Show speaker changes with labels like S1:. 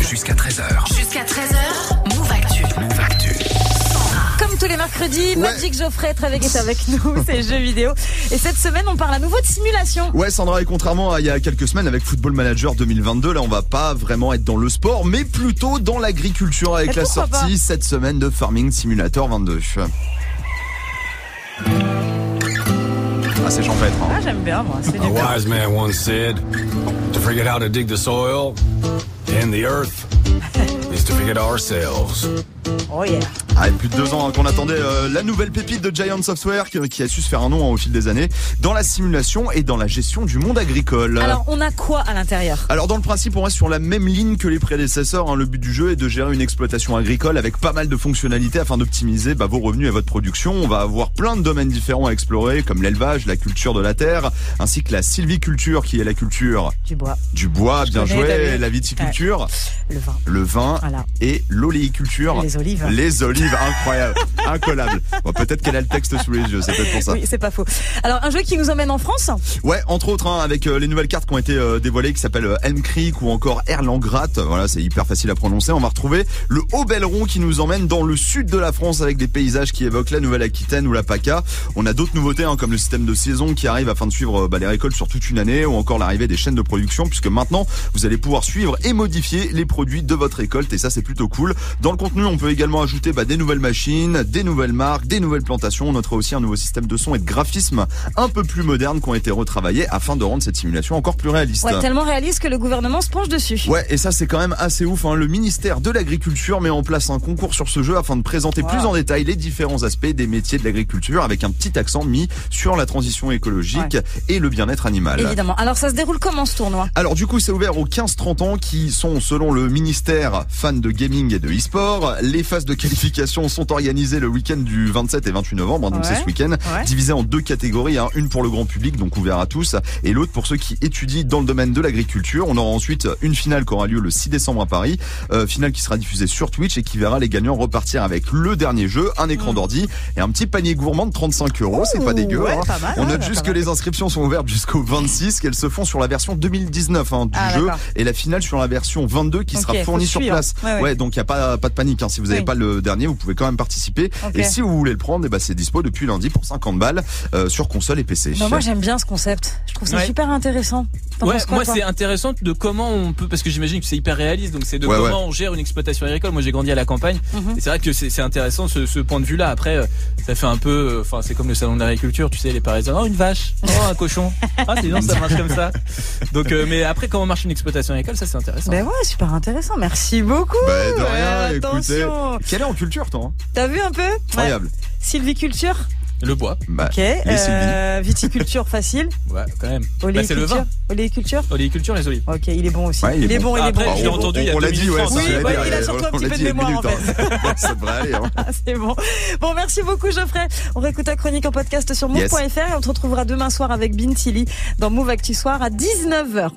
S1: jusqu'à 13h.
S2: Jusqu'à 13h, Move Actu.
S1: Move Actu.
S3: Comme tous les mercredis, Magic Geoffrey est avec, est avec nous, c'est jeux vidéo. Et cette semaine, on parle à nouveau de simulation.
S4: Ouais, Sandra, et contrairement à il y a quelques semaines avec Football Manager 2022, là, on va pas vraiment être dans le sport, mais plutôt dans l'agriculture avec
S3: Et
S4: la
S3: pourquoi
S4: sortie
S3: pas
S4: cette semaine de Farming Simulator 22. Ah, c'est champêtre, hein.
S3: Ah, j'aime bien, moi, c'est du
S5: A
S3: temps.
S5: wise man once said to forget how to dig the soil and the earth is to forget ourselves.
S3: Oh yeah.
S4: Ah, et plus de deux ans hein, qu'on attendait euh, la nouvelle pépite de Giant Software qui, qui a su se faire un nom hein, au fil des années dans la simulation et dans la gestion du monde agricole.
S3: Ben. Alors, on a quoi à l'intérieur
S4: Alors dans le principe, on reste sur la même ligne que les prédécesseurs. hein. Le but du jeu est de gérer une exploitation agricole avec pas mal de fonctionnalités afin d'optimiser bah, vos revenus et votre production. On va avoir plein de domaines différents à explorer, comme l'élevage, la culture de la terre, ainsi que la sylviculture, qui est la culture
S3: Du bois,
S4: du bois, bien
S3: connais, t'as
S4: joué,
S3: vu.
S4: la viticulture,
S3: le vin,
S4: le vin
S3: voilà.
S4: et l'oléiculture.
S3: Les olives.
S4: Les olives, incroyable, incollable. Bon, peut-être qu'elle a le texte sous les yeux, c'est peut-être pour ça.
S3: Oui, c'est pas faux. Alors, un jeu qui nous emmène en France
S4: Ouais, entre autres, hein, avec euh, les nouvelles cartes qui ont été euh, dévoilées, qui s'appellent euh, Elm Creek ou encore Erlangrat. Voilà, c'est hyper facile à prononcer. On va retrouver le Haut-Belleron qui nous emmène dans le sud de la France avec des paysages qui évoquent la Nouvelle-Aquitaine ou la PACA. On a d'autres nouveautés, hein, comme le système de saison qui arrive afin de suivre euh, bah, les récoltes sur toute une année ou encore l'arrivée des chaînes de production, puisque maintenant, vous allez pouvoir suivre et modifier les produits de votre récolte et ça, c'est plutôt cool. Dans le contenu, on peut également ajouter bah, des nouvelles machines, des nouvelles marques, des nouvelles plantations. On notera aussi un nouveau système de son et de graphisme un peu plus modernes qui ont été retravaillés afin de rendre cette simulation encore plus réaliste.
S3: Ouais, tellement réaliste que le gouvernement se penche dessus.
S4: Ouais, et ça c'est quand même assez ouf. hein. Le ministère de l'Agriculture met en place un concours sur ce jeu afin de présenter
S3: Wow.
S4: plus en détail les différents aspects des métiers de l'agriculture avec un petit accent mis sur la transition écologique et le bien-être animal.
S3: Évidemment. Alors, ça se déroule comment ce tournoi
S4: Alors du coup, c'est ouvert aux 15-30 ans qui sont, selon le ministère, fans de gaming et de e-sport. Les phases de qualification sont organisées le week-end du 27 et 28 novembre, hein, donc
S3: Ouais.
S4: c'est ce week-end,
S3: Ouais.
S4: divisées en deux catégories, hein, une pour le grand public, donc ouvert à tous, et l'autre pour ceux qui étudient dans le domaine de l'agriculture. On aura ensuite une finale qui aura lieu le 6 décembre à Paris, euh, finale qui sera diffusée sur Twitch et qui verra les gagnants repartir avec le dernier jeu, un écran d'ordi et un petit panier gourmand de 35 euros. C'est pas
S3: Mm. Ouh,
S4: dégueu.
S3: ouais,
S4: hein.
S3: pas mal,
S4: On
S3: ouais,
S4: note
S3: pas
S4: juste que
S3: mal.
S4: les inscriptions sont ouvertes jusqu'au 26, qu'elles se font sur la version 2019 hein, du
S3: Ah,
S4: jeu
S3: d'accord.
S4: et la finale sur la version 22 qui
S3: Ok,
S4: sera
S3: faut
S4: fournie sur
S3: suivre.
S4: place.
S3: Ouais, ouais.
S4: donc il n'y a pas, pas de panique. hein. Si vous n'avez
S3: Oui.
S4: pas le dernier, vous pouvez quand même participer.
S3: Ok.
S4: Et si vous voulez le prendre, eh ben, c'est dispo depuis lundi pour 50 balles euh, sur console et PC.
S3: Non, Bah, Ben, Moi, j'aime bien ce concept. Je trouve ça
S6: Ouais.
S3: super intéressant. T'en
S6: Ouais,
S3: penses quoi,
S6: moi
S3: toi
S6: c'est intéressant de comment on peut parce que j'imagine que c'est hyper réaliste donc c'est de
S4: Ouais,
S6: comment on gère une exploitation agricole. Moi j'ai grandi à la campagne
S3: Mhm.
S6: et c'est vrai que c'est c'est intéressant ce, ce point de vue là. Après euh, ça fait un peu euh, enfin c'est comme le salon de l'agriculture, tu sais les parisiens oh une vache, oh un cochon. Ah sinon ça marche comme ça. Donc euh, mais après comment marche une exploitation agricole, ça c'est intéressant.
S3: Ben ouais, super intéressant. Merci beaucoup.
S4: Bah, de rien,
S3: Ouais,
S4: écoutez. Ah,
S3: attention.
S4: Quelle est en culture, toi hein
S3: T'as vu un peu Ouais.
S4: Incroyable.
S3: Sylviculture.
S6: Le bois,
S4: Bah,
S3: Ok.
S4: les
S3: Euh, viticulture facile.
S6: ouais quand même. Bah, c'est le
S3: Oléiculture.
S6: vin,
S3: Oléiculture.
S6: oléiculture les olives.
S3: Ok, il est bon aussi.
S4: Ouais, il est bon.
S3: il est
S6: Après,
S3: bon.
S6: je
S3: il
S6: l'ai
S3: est bon.
S6: entendu il y a
S4: bah, on, on
S6: deux
S4: l'a dit,
S6: minutes,
S4: ouais,
S6: hein.
S4: ça,
S3: Oui,
S4: ça
S3: bah,
S4: allait
S3: il a
S4: bien,
S3: surtout un
S4: on
S3: petit
S4: l'a
S3: peu
S4: dit il
S3: de
S4: y a une
S3: mémoire, en
S4: minute, hein. ça devrait aller. hein.
S3: Ah, c'est bon. Bon, merci beaucoup, Geoffrey. On réécoute ta chronique en podcast sur move.fr et on te retrouvera demain soir avec Bintili dans Move Actu Soir à 19h.